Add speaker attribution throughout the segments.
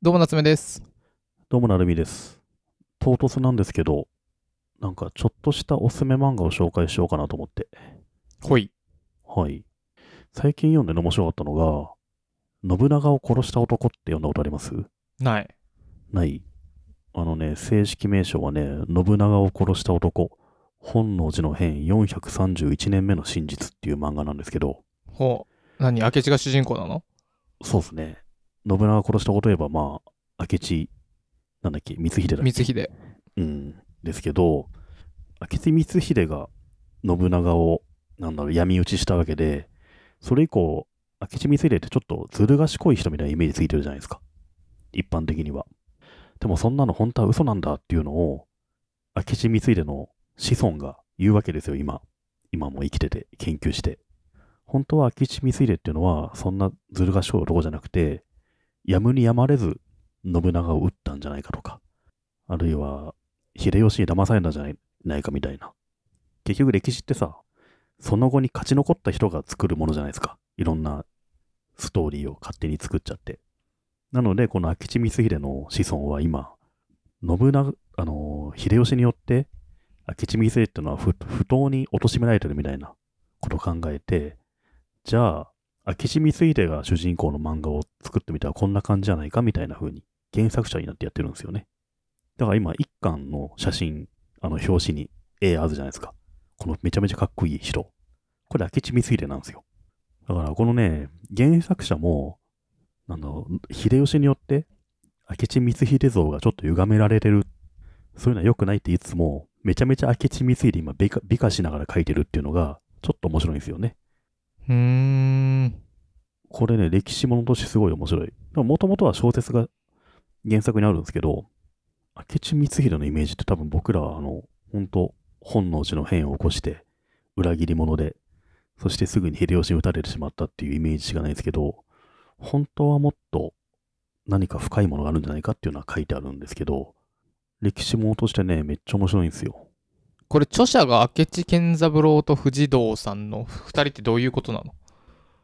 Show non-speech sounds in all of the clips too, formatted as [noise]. Speaker 1: どうも、夏目です。
Speaker 2: どうもなるみです。唐突なんですけど、なんかちょっとしたおすすめ漫画を紹介しようかなと思って。
Speaker 1: ほい。
Speaker 2: はい。最近読んで面白かったのが、信長を殺した男って読んだことあります
Speaker 1: ない。
Speaker 2: ない。あのね、正式名称はね、信長を殺した男、本能寺の変431年目の真実っていう漫画なんですけど、
Speaker 1: ほう。何明智が主人公なの
Speaker 2: そうですね。信長を殺した男といえば、まあ、明智、なんだっけ、光秀だっけ
Speaker 1: 光秀。
Speaker 2: うん、ですけど明智光秀が信長をなんだろう闇討ちしたわけでそれ以降明智光秀ってちょっとずる賢い人みたいなイメージついてるじゃないですか一般的にはでもそんなの本当は嘘なんだっていうのを明智光秀の子孫が言うわけですよ今今も生きてて研究して本当は明智光秀っていうのはそんなずる賢い男じゃなくてやむにやまれず信長を撃ったんじゃないかとかあるいは秀吉に騙されたんじゃないないかみたいな。結局歴史ってさ、その後に勝ち残った人が作るものじゃないですか。いろんなストーリーを勝手に作っちゃって。なので、この明智光秀の子孫は今、信長、あのー秀吉によって、明智光秀ってのは不不当に貶められてるみたいなことを考えて、じゃあ、明智光秀が主人公の漫画を作ってみたらこんな感じじゃないかみたいな風に原作者になってやってるんですよね。だから今、一巻の写真、あの、表紙に絵あるじゃないですか。このめちゃめちゃかっこいい人。これ、明智光秀なんですよ。だから、このね、原作者も、あの、秀吉によって、明智光秀像がちょっと歪められてる。そういうのは良くないって言いつつも、めちゃめちゃ明智光秀今美化、美化しながら描いてるっていうのが、ちょっと面白いんですよね。
Speaker 1: うーん。
Speaker 2: これね、歴史ものとしてすごい面白い。もともとは小説が原作にあるんですけど、明智光秀のイメージって多分僕らは、あの、本当本能寺の変を起こして、裏切り者で、そしてすぐに秀吉に撃たれてしまったっていうイメージしかないですけど、本当はもっと何か深いものがあるんじゃないかっていうのは書いてあるんですけど、歴史ものとしてね、めっちゃ面白いんですよ。
Speaker 1: これ、著者が明智健三郎と藤堂さんの2人ってどういうことなの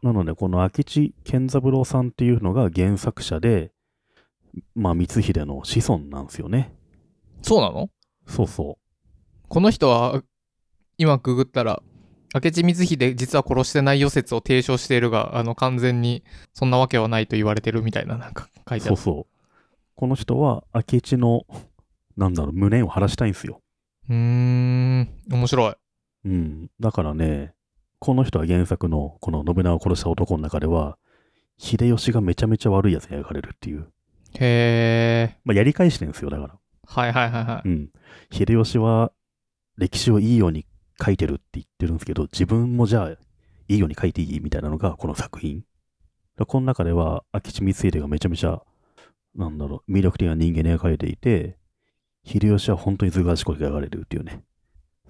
Speaker 2: なので、この明智健三郎さんっていうのが原作者で、まあ、光秀の子孫なんですよね。
Speaker 1: そうなの
Speaker 2: そうそ
Speaker 1: この人は、今ググったら、明智光秀実は殺してない予説を提唱しているが、あの、完全にそんなわけはないと言われてるみたいな、なんか書
Speaker 2: う。
Speaker 1: いてあ
Speaker 2: そう
Speaker 1: る。
Speaker 2: そう。この人は明智の、なんだろう、無念を晴らしたいんですよ。
Speaker 1: うーん。面白い。
Speaker 2: うん。だからね、この人は原作の、この信長を殺した男の中では、秀吉がめちゃめちゃ悪いやつに描かれるっていう。
Speaker 1: へー。
Speaker 2: まあ、やり返してるんですよ、だから。
Speaker 1: はいはいはいは
Speaker 2: う
Speaker 1: い。
Speaker 2: ん。秀吉は歴史をいいように書いてるって言ってるんですけど、自分もじゃあいいように書いていいみたいなのがこの作品。だこの中では明智光秀がめちゃめちゃ、なんだろう、魅力的な人間に描かれていて、秀吉は本当にずる賢く描かれるっていうね。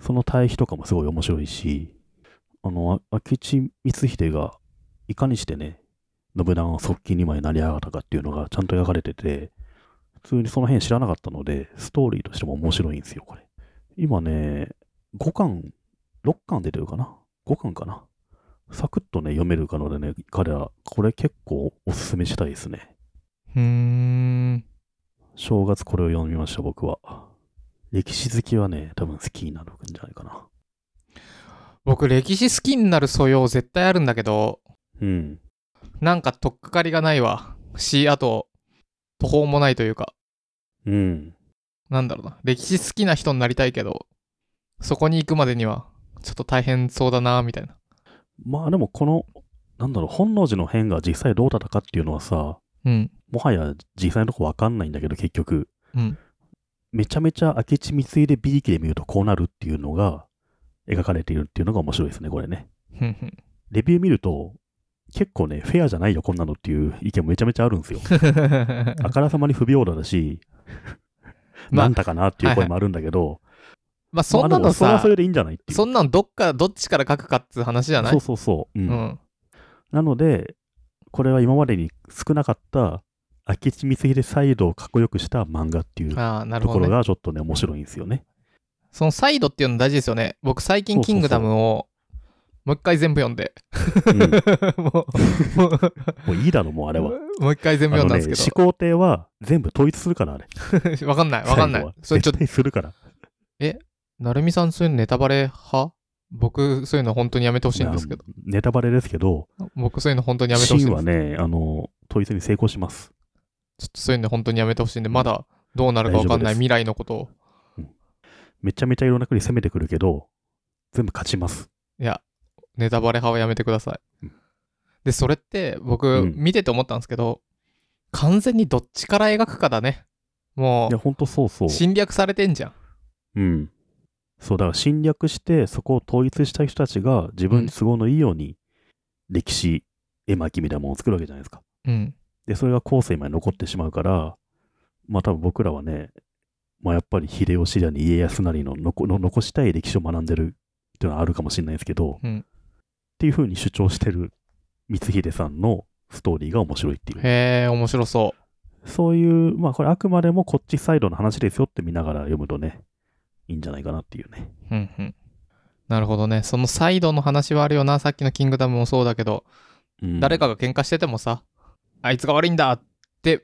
Speaker 2: その対比とかもすごい面白いし、あの、あ明智光秀がいかにしてね、信長の側近にまで成り上がったかっていうのがちゃんと描かれてて、普通にその辺知らなかったので、ストーリーとしても面白いんですよ、これ。今ね、5巻、6巻出てるかな ?5 巻かなサクッとね、読めるかのでね、彼ら、これ結構おすすめしたいですね。
Speaker 1: うーん。
Speaker 2: 正月これを読みました、僕は。歴史好きはね、多分好きになるんじゃないかな。
Speaker 1: 僕、歴史好きになる素養絶対あるんだけど、
Speaker 2: うん。
Speaker 1: なんかとっかかりがないわ。し、あと、途方もないというか、
Speaker 2: うん。
Speaker 1: なんだろうな。歴史好きな人になりたいけど、そこに行くまでには、ちょっと大変そうだな、みたいな。
Speaker 2: まあでも、この、なんだろう、本能寺の変が実際どうだったかっていうのはさ、
Speaker 1: うん。
Speaker 2: もはや実際のとこわかんないんだけど、結局、
Speaker 1: うん。
Speaker 2: めちゃめちゃ明智光秀 B 劇で見るとこうなるっていうのが描かれているっていうのが面白いですね、これね。
Speaker 1: ふんふん。
Speaker 2: レビュー見ると、結構ね、フェアじゃないよ、こんなのっていう意見もめちゃめちゃあるんです
Speaker 1: [laughs]
Speaker 2: よ。あからさまに不平等だし、
Speaker 1: まあ
Speaker 2: なんだかなっていう声もあるんだけど、
Speaker 1: まあ、そんな
Speaker 2: まあで
Speaker 1: の
Speaker 2: もそれは
Speaker 1: さ
Speaker 2: そ、れでいいんじゃないっていう。
Speaker 1: そんなのどっか、どっちから書くかっていう話じゃない
Speaker 2: そうそうそう。うん
Speaker 1: うん。
Speaker 2: なので、これは今までに少なかった明智光秀サイドをかっこよくした漫画っていう
Speaker 1: ああ、なる
Speaker 2: と
Speaker 1: ほ
Speaker 2: ころ
Speaker 1: ど、ね。
Speaker 2: がちょっとね、
Speaker 1: [laughs]
Speaker 2: 面白いんですよね。
Speaker 1: そのサイドっていうの大事ですよね。僕、最近
Speaker 2: そうそう
Speaker 1: キ
Speaker 2: そう
Speaker 1: ングダムをもう一回全部読んで。
Speaker 2: うん
Speaker 1: [laughs]
Speaker 2: も
Speaker 1: もう、もう
Speaker 2: ういいだろ、もうあれは。
Speaker 1: もう一回全部
Speaker 2: あの
Speaker 1: 読んだん
Speaker 2: ね、
Speaker 1: です
Speaker 2: 始皇帝は全部統一するから、あれ。
Speaker 1: け [laughs] ど。わかんない、わかんな。
Speaker 2: 最後はい
Speaker 1: それちょっ
Speaker 2: 絶対するから。
Speaker 1: なるみさん、そういうのネタバレ派僕、そういうの本当にやめてほしいんですけど。
Speaker 2: まあネタバレですけど、
Speaker 1: 僕、そういうの本当にやめて
Speaker 2: シ
Speaker 1: ほしいん
Speaker 2: ン
Speaker 1: で
Speaker 2: は
Speaker 1: す。
Speaker 2: ね、あの、統一に成功します。
Speaker 1: ちょっとそういうの本当にやめてほしいんで、まだどうなるかわかんない
Speaker 2: 大丈夫です
Speaker 1: 未来のことを。
Speaker 2: めちゃめちゃいろんな国攻めてくるけど、全部勝ちます。
Speaker 1: いや、ネタバレ派はやめてください。で、それって
Speaker 2: う
Speaker 1: 僕、
Speaker 2: ん
Speaker 1: 見てて思ったんですけど、完全にどっちから描くかだね。も
Speaker 2: いや、ほんとそうそ
Speaker 1: う、。
Speaker 2: う
Speaker 1: 侵略されてんじゃん。
Speaker 2: うん。そう、だから侵略して、そこを統一したい人たちが自分に都合のいいように、歴史、絵巻みたいなものを作るわけじゃないですか。
Speaker 1: うん。
Speaker 2: で、それが後世まで残ってしまうから、まあ多分僕らはね、まあやっぱり秀吉だに家康なりの残の残したい歴史を学んでるっていうのはあるかもしれないですけど、
Speaker 1: うん
Speaker 2: っていうふうに主張してる光秀さんのストーリーが面白いっていう。
Speaker 1: へえ、面白そ
Speaker 2: そういう、まあこれあくまでもこっちサイドの話ですよって見ながら読むとね、いいんじゃないかなっていうね。
Speaker 1: う。うんうん。なるほどね。そのサイドの話はあるよな。さっきのキングダムもそうだけど、
Speaker 2: うん
Speaker 1: 誰かが喧嘩しててもさ、あいつが悪いんだって、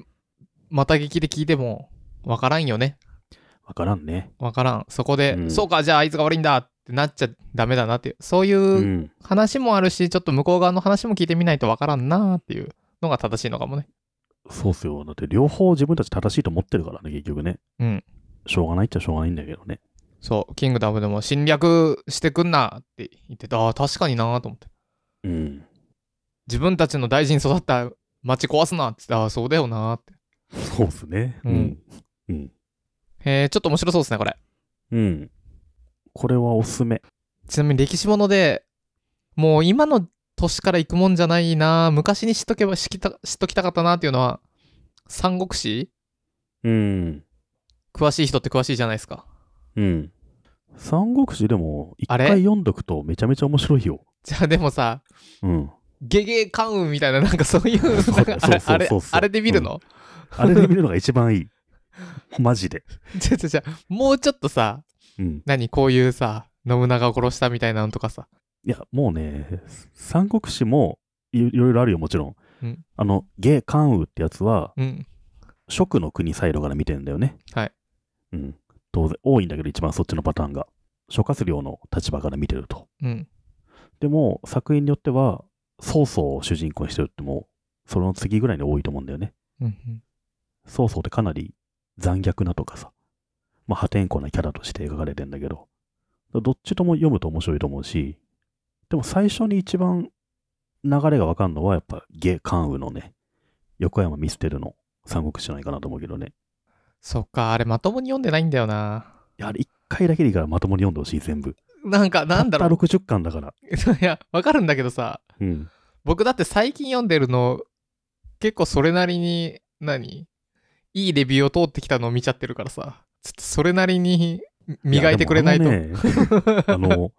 Speaker 1: また劇で聞いても、わからんよね。
Speaker 2: わからんね。
Speaker 1: わからん。そこで、
Speaker 2: うん
Speaker 1: そうか、じゃああいつが悪いんだってなっちゃダメだなっていう、そういう
Speaker 2: うん
Speaker 1: 話もあるし、ちょっと向こう側の話も聞いてみないとわからんなーっていうのが正しいのかもね。
Speaker 2: そうっすよ。だって両方自分たち正しいと思ってるからね、結局ね。
Speaker 1: うん。
Speaker 2: しょうがないっちゃしょうがないんだけどね。
Speaker 1: そう、キングダムでも侵略してくんなって言ってた。ああ、確かになーと思って。
Speaker 2: うん。
Speaker 1: 自分たちの大事に育った町壊すなって言って、ああ、そうだよなーって。
Speaker 2: そうっすね。
Speaker 1: うん。
Speaker 2: うん。
Speaker 1: へえ、ちょっと面白そうですね、これ。
Speaker 2: うん。これはおすすめ。
Speaker 1: ちなみに歴史もので、もう今の年から行くもんじゃないなー昔に知っとけば知きた知っときたかったなーっていうのは、三国志
Speaker 2: うん。
Speaker 1: 詳しい人って詳しいじゃないですか。
Speaker 2: うん。三国志でも、一
Speaker 1: あれ
Speaker 2: 回読んどくとめちゃめちゃ面白いよ。
Speaker 1: じゃあでもさ、
Speaker 2: うん。
Speaker 1: ゲゲ関羽みたいな、なんかそういう、なん
Speaker 2: [laughs] そう
Speaker 1: かあれ
Speaker 2: そう
Speaker 1: あ
Speaker 2: そう
Speaker 1: れ
Speaker 2: そうそう
Speaker 1: あれで見るの、
Speaker 2: あれで見るのが一番い [laughs] い。マジで。
Speaker 1: ちょちょちょ、もうちょっとさ、
Speaker 2: うん。
Speaker 1: 何、こういうさ、信長を殺したみたいなのとかさ。
Speaker 2: いや、もうね、三国志もいいろいろあるよ、もちろん。
Speaker 1: うん
Speaker 2: あの、ゲ・関羽ってやつは、
Speaker 1: うん。
Speaker 2: 蜀の国サイドから見てんだよね。
Speaker 1: はい。
Speaker 2: うん。当然、多いんだけど、一番そっちのパターンが。諸葛亮の立場から見てると。
Speaker 1: うん。
Speaker 2: でも作品によっては曹操を主人公にしてるってもうその次ぐらいに多いと思うんだよね。
Speaker 1: うん
Speaker 2: 曹操ってかなり残虐なとかさ、まあ、破天荒なキャラとして描かれてんだけど、どっちとも読むと面白いと思うし、でも最初に一番流れがわかんのはやっぱ下関羽のね、横山見捨てるの三国志じゃないかなと思うけどね。
Speaker 1: そっか、あれまともに読んでないんだよな。
Speaker 2: いやあれ一回だけでいいからまともに読んでほしい全部。
Speaker 1: なんか、なんだろ
Speaker 2: たった60巻だから。
Speaker 1: う。 [laughs] いや、わかるんだけどさ、
Speaker 2: うん。
Speaker 1: 僕だって最近読んでるの、結構それなりに、何いいレビューを通ってきたのを見ちゃってるからさ、ちょっとそれなりに磨いてくれないと。
Speaker 2: やでもあのね [laughs] あの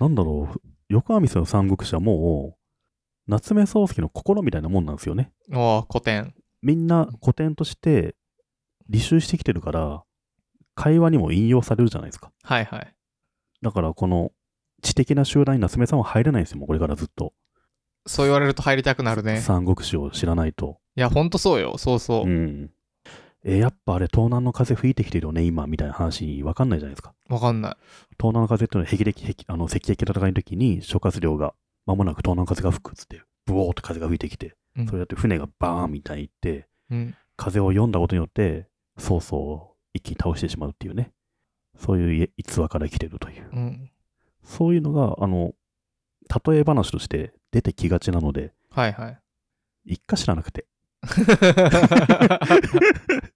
Speaker 2: なんだろう、横浜さんの三国志はもう、夏目漱石の心みたいなもんなんですよね。
Speaker 1: おう古典。
Speaker 2: みんな古典として履修してきてるから、会話にも引用されるじゃないですか。
Speaker 1: はいはい。
Speaker 2: だから、この知的な集団に夏目さんは入れないんですよ、もうこれからずっと。
Speaker 1: そう言われると入りたくなるね。
Speaker 2: 三国志を知らないと。
Speaker 1: いや、ほんとそうよ。そうそう。
Speaker 2: うん。えーやっぱあれ、東南の風吹いてきてるよね、今、みたいな話、わかんないじゃないですか。
Speaker 1: わかんない。
Speaker 2: 東南の風っていうのは霹靂霹あの赤壁の戦いの時に諸葛亮が間もなく東南風が吹くっつってブオーって風が吹いてきて、
Speaker 1: うん
Speaker 2: それだって船がバーンみたいに行って
Speaker 1: うん。
Speaker 2: 風を読んだことによって曹操を一気に倒してしまうっていうねそういう逸話から来てるという
Speaker 1: うん。
Speaker 2: そういうのがあの例え話として出てきがちなので
Speaker 1: はいはい。
Speaker 2: [laughs] 一か知らなくて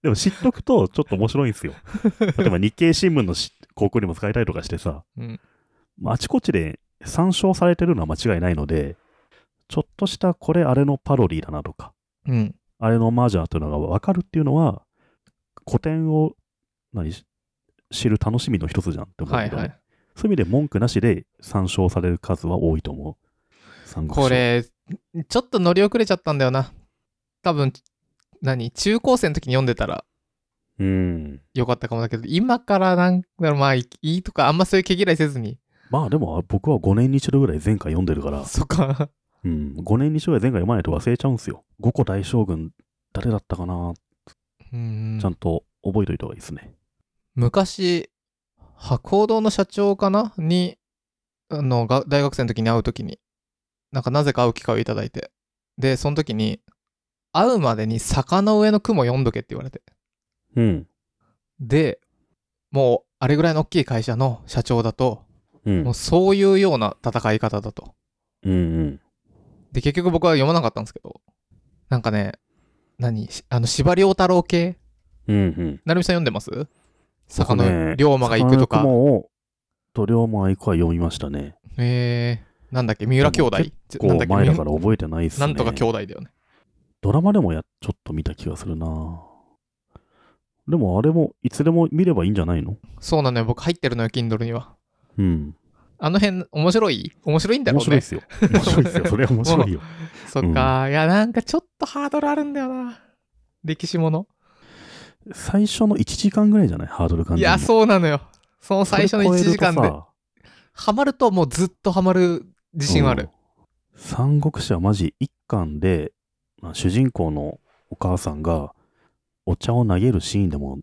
Speaker 2: でも知っとくとちょっと面白いんですよ
Speaker 1: [laughs]
Speaker 2: 例えば日経新聞のし広告にも使えたりとかしてさ
Speaker 1: うん。
Speaker 2: まああちこちで参照されてるのは間違いないので、ちょっとしたこれあれのパロディだなとか、
Speaker 1: うん。
Speaker 2: あれのマージャーというのが分かるっていうのは、古典を何し知る楽しみの一つじゃんって思う
Speaker 1: は
Speaker 2: け
Speaker 1: い
Speaker 2: どね、
Speaker 1: はい。
Speaker 2: そういう意味で文句なしで参照される数は多いと思う。三国志
Speaker 1: これ、ちょっと乗り遅れちゃったんだよな。多分、何中高生の時に読んでたら
Speaker 2: うん。
Speaker 1: よかったかもだけど、今からなんだろう、まあ、いいとか、あんまそういう毛嫌いせずに
Speaker 2: まあでも僕は5年に一度ぐらい前回読んでるから、
Speaker 1: そっか。
Speaker 2: うん、5年に一度ぐらい前回読まないと忘れちゃうんすよ。5個大将軍、誰だったかな、
Speaker 1: うん
Speaker 2: ちゃんと覚えといた方がいいですね。
Speaker 1: 昔、博報堂の社長かなに、あの、が大学生の時に会う時に、なんかなぜか会う機会をいただいて。で、その時に、会うまでに坂の上の雲読んどけって言われて。
Speaker 2: うん、
Speaker 1: で、もう、あれぐらいの大きい会社の社長だと、
Speaker 2: うん
Speaker 1: もう、そういうような戦い方だと。
Speaker 2: うん、うん。
Speaker 1: で、結局僕は読まなかったんですけど、なんかね、何しあの、司馬遼太郎系
Speaker 2: うん、うん。
Speaker 1: なるみさん読んでます坂
Speaker 2: 僕ね
Speaker 1: の龍馬が行くとか
Speaker 2: 坂。の雲を、と龍馬が行くは読みましたね。
Speaker 1: えー、なんだっけ、三浦兄弟
Speaker 2: でも。
Speaker 1: ち
Speaker 2: こ
Speaker 1: なん
Speaker 2: う
Speaker 1: っけ
Speaker 2: 前だから覚えてないっすね。
Speaker 1: なんとか兄弟だよね。
Speaker 2: ドラマでもや、ちょっと見た気がするなでもあれも、いつでも見ればいいんじゃないの
Speaker 1: そうなのよ、僕入ってるのよ、Kindle には。
Speaker 2: うん。
Speaker 1: あの辺、面白い面白いんだろう
Speaker 2: 面白い
Speaker 1: ね
Speaker 2: っ。すよ。面白いっすよ。それは面白
Speaker 1: [laughs]
Speaker 2: いよ。
Speaker 1: そっか、いや、なんかちょっとハードルあるんだよな。歴史もの。
Speaker 2: 最初の1時間ぐらいじゃないハードル感
Speaker 1: いや、そうなのよ。その
Speaker 2: そ
Speaker 1: 最
Speaker 2: れ
Speaker 1: 初の1時間
Speaker 2: 超え
Speaker 1: で
Speaker 2: ると。さ
Speaker 1: ハマるともうずっとハマる自信はある。
Speaker 2: うん三国志はマジ一巻で、まあ主人公のお母さんがお茶を投げるシーンでも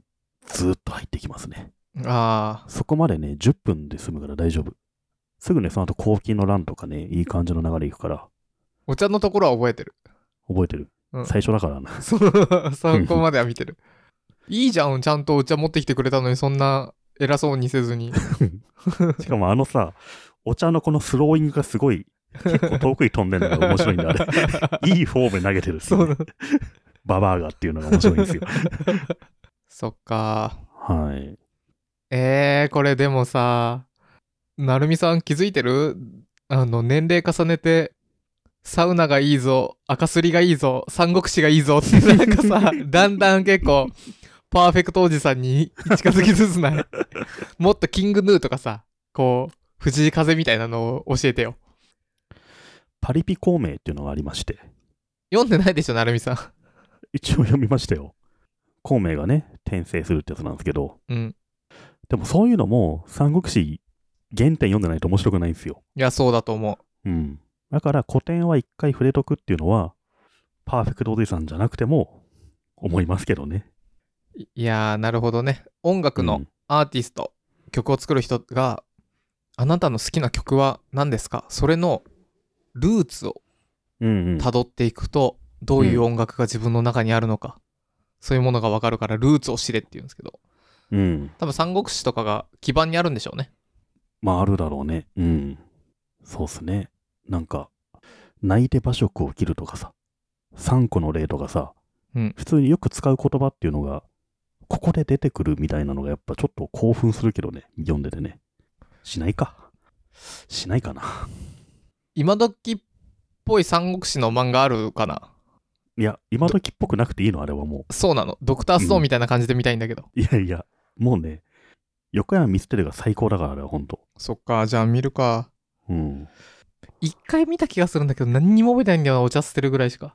Speaker 2: ずーっと入ってきますね。
Speaker 1: ああ、
Speaker 2: そこまでね、10分で済むから大丈夫。すぐね、その後、黄金の乱とかね、いい感じの流れいくから、
Speaker 1: お茶のところは覚えてる。
Speaker 2: 覚えてる。
Speaker 1: うん
Speaker 2: 最初だからな。 [laughs]
Speaker 1: そそこまでは見てる。いいじゃん、ちゃんとお茶持ってきてくれたのに、そんな偉そうにせずに。
Speaker 2: しかもあのさ、お茶のこのスローイングがすごい、結構遠くに飛んでるのが面白いん
Speaker 1: [laughs]
Speaker 2: だ、あれ。いいフォームで投げてるってい
Speaker 1: そうう
Speaker 2: ね
Speaker 1: な
Speaker 2: ババアがっていうのが面白いんですよ。
Speaker 1: そっか。
Speaker 2: はい。
Speaker 1: えー、これでもさ、なるみさん気づいてるあの、年齢重ねて、サウナがいいぞ、赤すりがいいぞ、三国志がいいぞって、なんか
Speaker 2: [laughs]
Speaker 1: さ、だんだん結構、パーフェクトおじさんに [laughs] 近づきつつない。もっとキングヌーとかさ、こう、藤井風みたいなのを教えてよ。
Speaker 2: パリピ孔明っていうのがありまして、
Speaker 1: 読んでないでしょ、なるみさん。
Speaker 2: 一応読みましたよ。孔明がね、転生するってやつなんですけど、
Speaker 1: うん。
Speaker 2: でもそういうのも、三国志原点読んでないと面白くないんですよ。
Speaker 1: いや、そうだと思
Speaker 2: うん。だから古典は一回触れとくっていうのは、パーフェクトおじさんじゃなくても思いますけどね。
Speaker 1: う。いいやー、なるほどね。音楽の
Speaker 2: うん
Speaker 1: アーティスト、曲を作る人が、あなたの好きな曲は何ですかそれのルーツを
Speaker 2: うんうん、
Speaker 1: 辿っていくと、どういう音楽が自分の中にあるのか、そういうものがわかるから、ルーツを知れって言うんですけど、
Speaker 2: うん。
Speaker 1: 多分三国志とかが基盤にあるんでしょうね。
Speaker 2: まああるだろうね。うん。そうっすね。なんか、泣いて馬食を切るとかさ、3個の例とかさ、
Speaker 1: うん
Speaker 2: 普通によく使う言葉っていうのが、ここで出てくるみたいなのがやっぱちょっと興奮するけどね、読んでてね。しないか。しないかな。
Speaker 1: 今時っぽい三国志の漫画あるかない
Speaker 2: や、今時っぽくなくていいの、あれはもう。
Speaker 1: そうなの。ドクターストーンみたいな感じで見たいんだけど。
Speaker 2: いやいや、もうね、横山見捨てるが最高だから、あれは本当。
Speaker 1: そっか、じゃあ見るか。
Speaker 2: うん。
Speaker 1: 一回見た気がするんだけど、何にも覚えてないんだよな、お茶捨てるぐらいしか。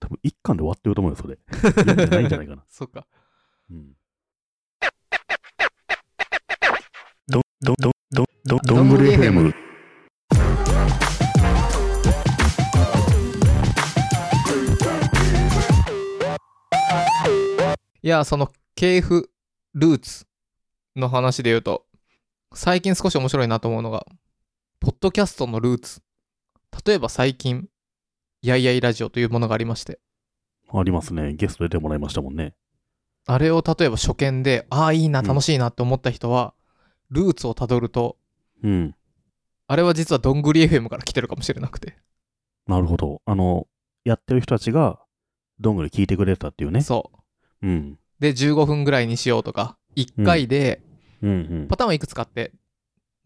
Speaker 2: 多分一巻で終わってると思うよ、それ。読んでないんじゃないかな。
Speaker 1: そっか。
Speaker 2: うん。ど、ど、ど、ど、ど、どん
Speaker 1: ん
Speaker 2: ぐ
Speaker 1: ぐ
Speaker 2: り
Speaker 1: り
Speaker 2: FM
Speaker 1: FM。いや、その、系譜、ルーツの話で言うと、最近少し面白いなと思うのが、ポッドキャストのルーツ。例えば最近、やいやいラジオというものがありまして、
Speaker 2: ありますね。ゲスト出てもらいましたもんね。
Speaker 1: あれを例えば初見で、ああ、いいな、
Speaker 2: うん
Speaker 1: 楽しいなって思った人は、ルーツをたどると、
Speaker 2: うん。
Speaker 1: あれは実はどんぐり FM から来てるかもしれなくて。
Speaker 2: なるほど。あの、やってる人たちが、どんぐり聞いてくれてたっていうね。
Speaker 1: そう。
Speaker 2: うん。
Speaker 1: で、15分ぐらいにしようとか、1回で、
Speaker 2: うんうん
Speaker 1: パターンはいくつかあって、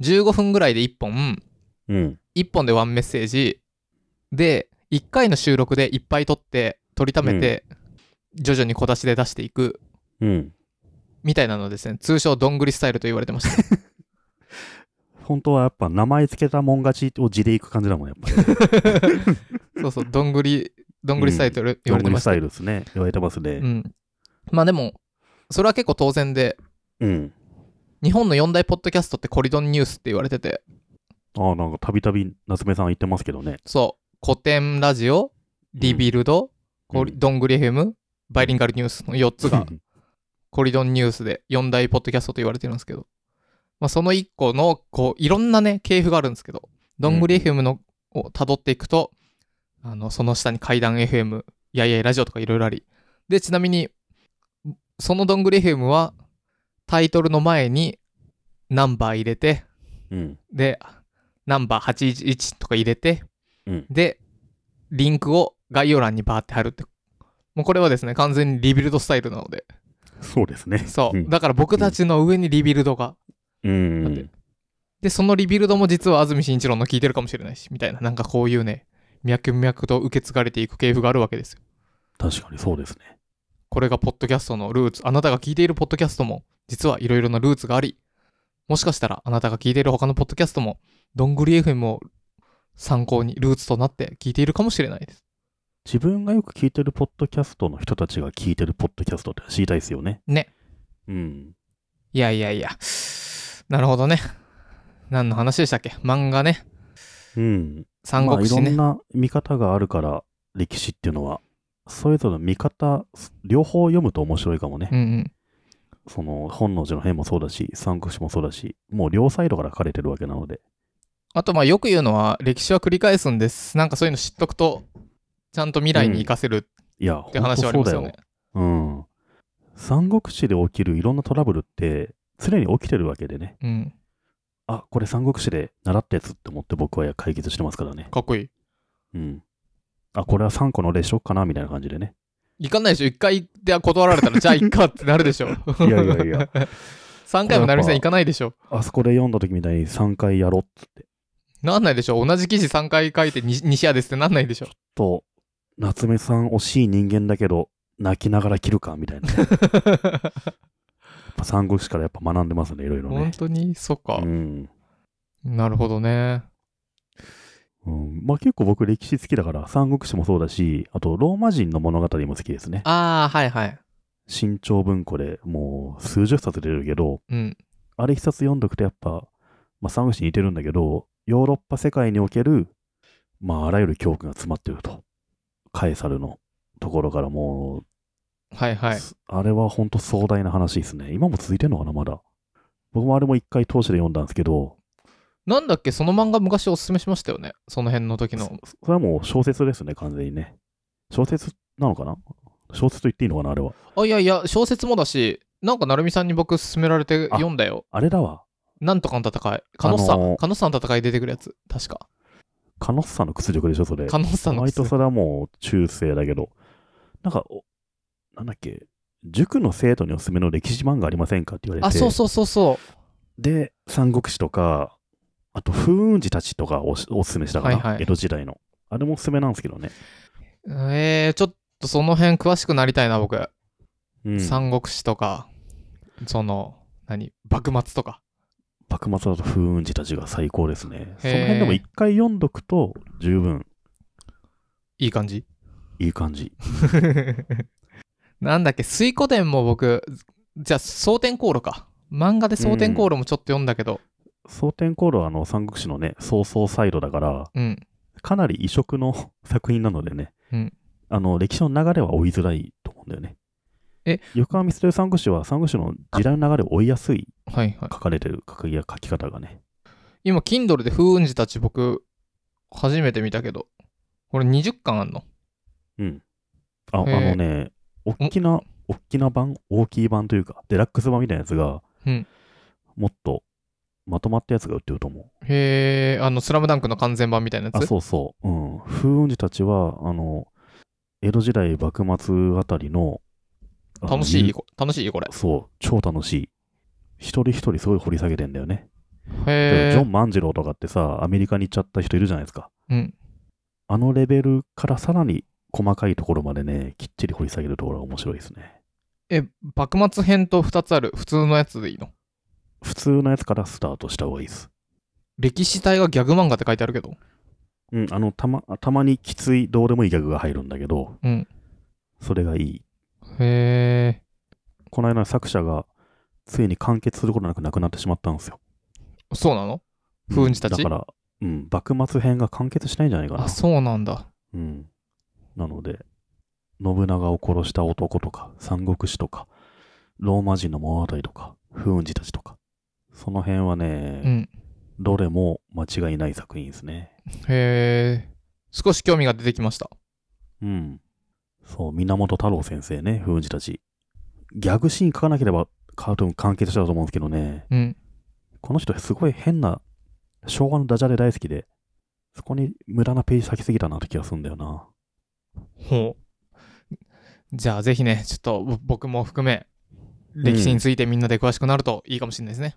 Speaker 1: 15分ぐらいで1本、
Speaker 2: うん。
Speaker 1: 1本でワンメッセージ、で、1回の収録でいっぱい撮って、撮りためて、徐々に小出しで出していく、
Speaker 2: うん。
Speaker 1: みたいなのですね、通称どんぐりスタイルと言われてま
Speaker 2: [laughs]
Speaker 1: した。
Speaker 2: 本当はやっぱ名前つけたもん勝ちを字でいく感じだもん、やっぱり。
Speaker 1: そうそう、どんぐり、どんぐりスタイルと [laughs] 言
Speaker 2: ど
Speaker 1: われ
Speaker 2: んぐ
Speaker 1: て
Speaker 2: り
Speaker 1: ま
Speaker 2: ス
Speaker 1: した。
Speaker 2: タイルですね。言われてますね
Speaker 1: う。ん。まあでも、それは結構当然で、
Speaker 2: うん。
Speaker 1: 日本の四大ポッドキャストってコリドンニュースって言われてて、
Speaker 2: ああ、なんかたびたび夏目さん言ってますけどね。
Speaker 1: そう、古典ラジオ、リビルド、コリ
Speaker 2: うん
Speaker 1: どんぐり FM、バイリンガルニュースの4つがコリドンニュースで4大ポッドキャストと言われてるんですけど、まあ、その1個のこういろんなね系譜があるんですけどどんぐり FM のをたどっていくとあのその下に怪談 FM やいやいラジオとかいろいろありでちなみにそのどんぐり FM はタイトルの前にナンバー入れて
Speaker 2: うん。
Speaker 1: でナンバー811とか入れて、
Speaker 2: うん
Speaker 1: でリンクを概要欄にバーって貼るってもうこれはですね完全にリビルドスタイルなので
Speaker 2: そうですね。
Speaker 1: そうう。
Speaker 2: ん
Speaker 1: だから僕たちの上にリビルドが。
Speaker 2: うん。
Speaker 1: だってで、そのリビルドも実は安住紳一郎の聞いてるかもしれないし、みたいな。なんかこういうね、脈々と受け継がれていく系譜があるわけですよ。
Speaker 2: 確かにそうですね。
Speaker 1: これがポッドキャストのルーツ。あなたが聞いているポッドキャストも、実はいろいろなルーツがあり、もしかしたらあなたが聞いている他のポッドキャストも、どんぐり FM を参考にルーツとなって聞いているかもしれないです。
Speaker 2: 自分がよく聞いてるポッドキャストの人たちが聞いてるポッドキャストって知りたいですよね。
Speaker 1: ね。
Speaker 2: うん。
Speaker 1: いやいやいや。なるほどね。何の話でしたっけ漫画ね。
Speaker 2: うん。
Speaker 1: 三国志
Speaker 2: まあ、いろ
Speaker 1: ね
Speaker 2: ん。な見方があるから、歴史っていうのは、それぞれの見方、両方読むと面白いかもね。
Speaker 1: うんうん。
Speaker 2: その、本能寺の変もそうだし、三国志もそうだし、もう両サイドから書かれてるわけなので。
Speaker 1: あとまあよく言うのは歴史は繰り返すんですなんかそういうの知っとくとちゃんと未来に生かせる
Speaker 2: いや、
Speaker 1: って話はあり
Speaker 2: 本
Speaker 1: ますよ
Speaker 2: 当そうだよ
Speaker 1: ね。
Speaker 2: うん。三国志で起きるいろんなトラブルって、常に起きてるわけでね。
Speaker 1: うん
Speaker 2: あ、これ三国志で習ったやつって思って僕は解決してますからね。
Speaker 1: かっこいい
Speaker 2: うん。あ、これは3個の例しよっかな、みたいな感じでね。
Speaker 1: 行かないでしょ一回で断られたらじゃあ行っかってなるでしょ
Speaker 2: いやいや
Speaker 1: [laughs]
Speaker 2: いや
Speaker 1: 3回も成美さん行かないでしょ
Speaker 2: あそこで読んだ時みたいに3回やろうっつって。
Speaker 1: なんないでしょ同じ記事3回書いて 2, シアですってなんない
Speaker 2: [laughs]
Speaker 1: でしょ
Speaker 2: と、夏目さん惜しい人間だけど、泣きながら切るか、みたいな。やっぱ三国志からやっぱ学んでますね、いろいろ
Speaker 1: 本
Speaker 2: ね。
Speaker 1: 当にそっか
Speaker 2: う、ん。
Speaker 1: なるほどね
Speaker 2: うん、まあ結構僕歴史好きだから、三国志もそうだし、あとローマ人の物語も好きですね。
Speaker 1: ああはいはい
Speaker 2: 新潮文庫でもう数十冊出るけど、
Speaker 1: うん
Speaker 2: あれ一冊読んどくとやっぱ、まあ、三国志に似てるんだけど、ヨーロッパ世界における、まあ、あらゆる教訓が詰まってると。カエサルのところからも、
Speaker 1: はいうはい
Speaker 2: すあれは本当壮大な話ですね。今も続いてんのかな、まだ。僕もあれも一回通して読んだんですけど、
Speaker 1: なんだっけその漫画昔おすすめしましたよねその辺の時の
Speaker 2: そそれはもう小説ですね、完全にね。小説なのかな小説と言っていいのかな、あれは。
Speaker 1: あいやいや小説もだしなんか成美さんに僕勧められて読んだよ
Speaker 2: あれだわ。
Speaker 1: なんとかの戦い。カノッサ、
Speaker 2: あのー
Speaker 1: カノッサの戦い出てくるやつ。確か。
Speaker 2: カノッサの屈辱でしょ、それ。
Speaker 1: カノッサの
Speaker 2: 割と
Speaker 1: 靴。
Speaker 2: それはもう中世だけど、なんか、おなんだっけ、塾の生徒におすすめの歴史漫画ありませんかって言われ
Speaker 1: あ、
Speaker 2: て、
Speaker 1: そうそうそうそ
Speaker 2: で、三国志とか、あと、風雲児たちとかおしおすすめしたかな、
Speaker 1: はいはい
Speaker 2: 江戸時代の。あれもおすすめなんですけどね。
Speaker 1: う。えー、ちょっとその辺詳しくなりたいな、僕。
Speaker 2: うん、
Speaker 1: 三国志とか、その、何、幕末とか。
Speaker 2: 幕末だと風雲児たちが最高ですね。そ
Speaker 1: へー
Speaker 2: の辺でも一回読んどくと十分
Speaker 1: いい感じ。 [laughs]
Speaker 2: いい感じ。
Speaker 1: なんだっけ、水古伝も僕、じゃあ、蒼天航路か。漫画で蒼天航路もちょっと読んだけど、
Speaker 2: 蒼天航路はあの三国志のね、曹操サイドだから、
Speaker 1: うん。
Speaker 2: かなり異色の作品なのでね、
Speaker 1: うん
Speaker 2: あの歴史の流れは追いづらいと思うんだよね。
Speaker 1: え
Speaker 2: 横浜ミステル三国志は三国志の時代の流れを追いやすい
Speaker 1: はいはい。
Speaker 2: 書かれてる書き書き方がね。
Speaker 1: 今、Kindle で風雲児たち僕、初めて見たけど、これ20巻あんの
Speaker 2: うん。ああ
Speaker 1: へー
Speaker 2: のね、大きな、大きな版、大きい版というか、デラックス版みたいなやつが、
Speaker 1: うん
Speaker 2: もっとまとまったやつが売ってると思う。
Speaker 1: へー、あの、スラムダンクの完全版みたいなやつ
Speaker 2: あ、そうそう。うん。風雲児たちは、あの、江戸時代幕末あたりの、あの
Speaker 1: 楽しい、こ楽しいこれ。
Speaker 2: そう、超楽しい。一人一人すごい掘り下げてんだよね。
Speaker 1: へ
Speaker 2: ジョ
Speaker 1: ー
Speaker 2: ン万次郎とかってさ、アメリカに行っちゃった人いるじゃないですか。
Speaker 1: うん。
Speaker 2: あのレベルからさらに細かいところまでね、きっちり掘り下げるところが面白いですね。
Speaker 1: え、幕末編と2つある普通のやつでいいの
Speaker 2: 普通のやつからスタートした方がいいです。
Speaker 1: 歴史体がギャグ漫画って書いてあるけど。
Speaker 2: うん、あの、たま、たまにきつい、どうでもいいギャグが入るんだけど、
Speaker 1: うん。
Speaker 2: それがいい。
Speaker 1: へ
Speaker 2: この間作者が、ついに完結することなくなくなってしまったんですよ。
Speaker 1: そうなの
Speaker 2: うん
Speaker 1: 風雲児たち
Speaker 2: だから、うん、幕末編が完結しないんじゃないかな
Speaker 1: あ、。そうなんだ。
Speaker 2: うん。なので、信長を殺した男とか、三国志とか、ローマ人の物語とか、風雲児たちとか、その辺はね、
Speaker 1: うん。
Speaker 2: どれも間違いない作品ですね。
Speaker 1: へえ。少し興味が出てきました。
Speaker 2: うん。そう、源太郎先生ね、風雲児たち。ギャグシーン書かなければ、カートゥーン完結してたと思うんですけどね、
Speaker 1: うん。
Speaker 2: この人すごい変な、昭和のダジャレ大好きで、そこに無駄なページ割きすぎたなって気がするんだよな。
Speaker 1: ほう。じゃあぜひね、ちょっとぼ僕も含め、歴史についてみんなで詳しくなるといいかもしれないですね。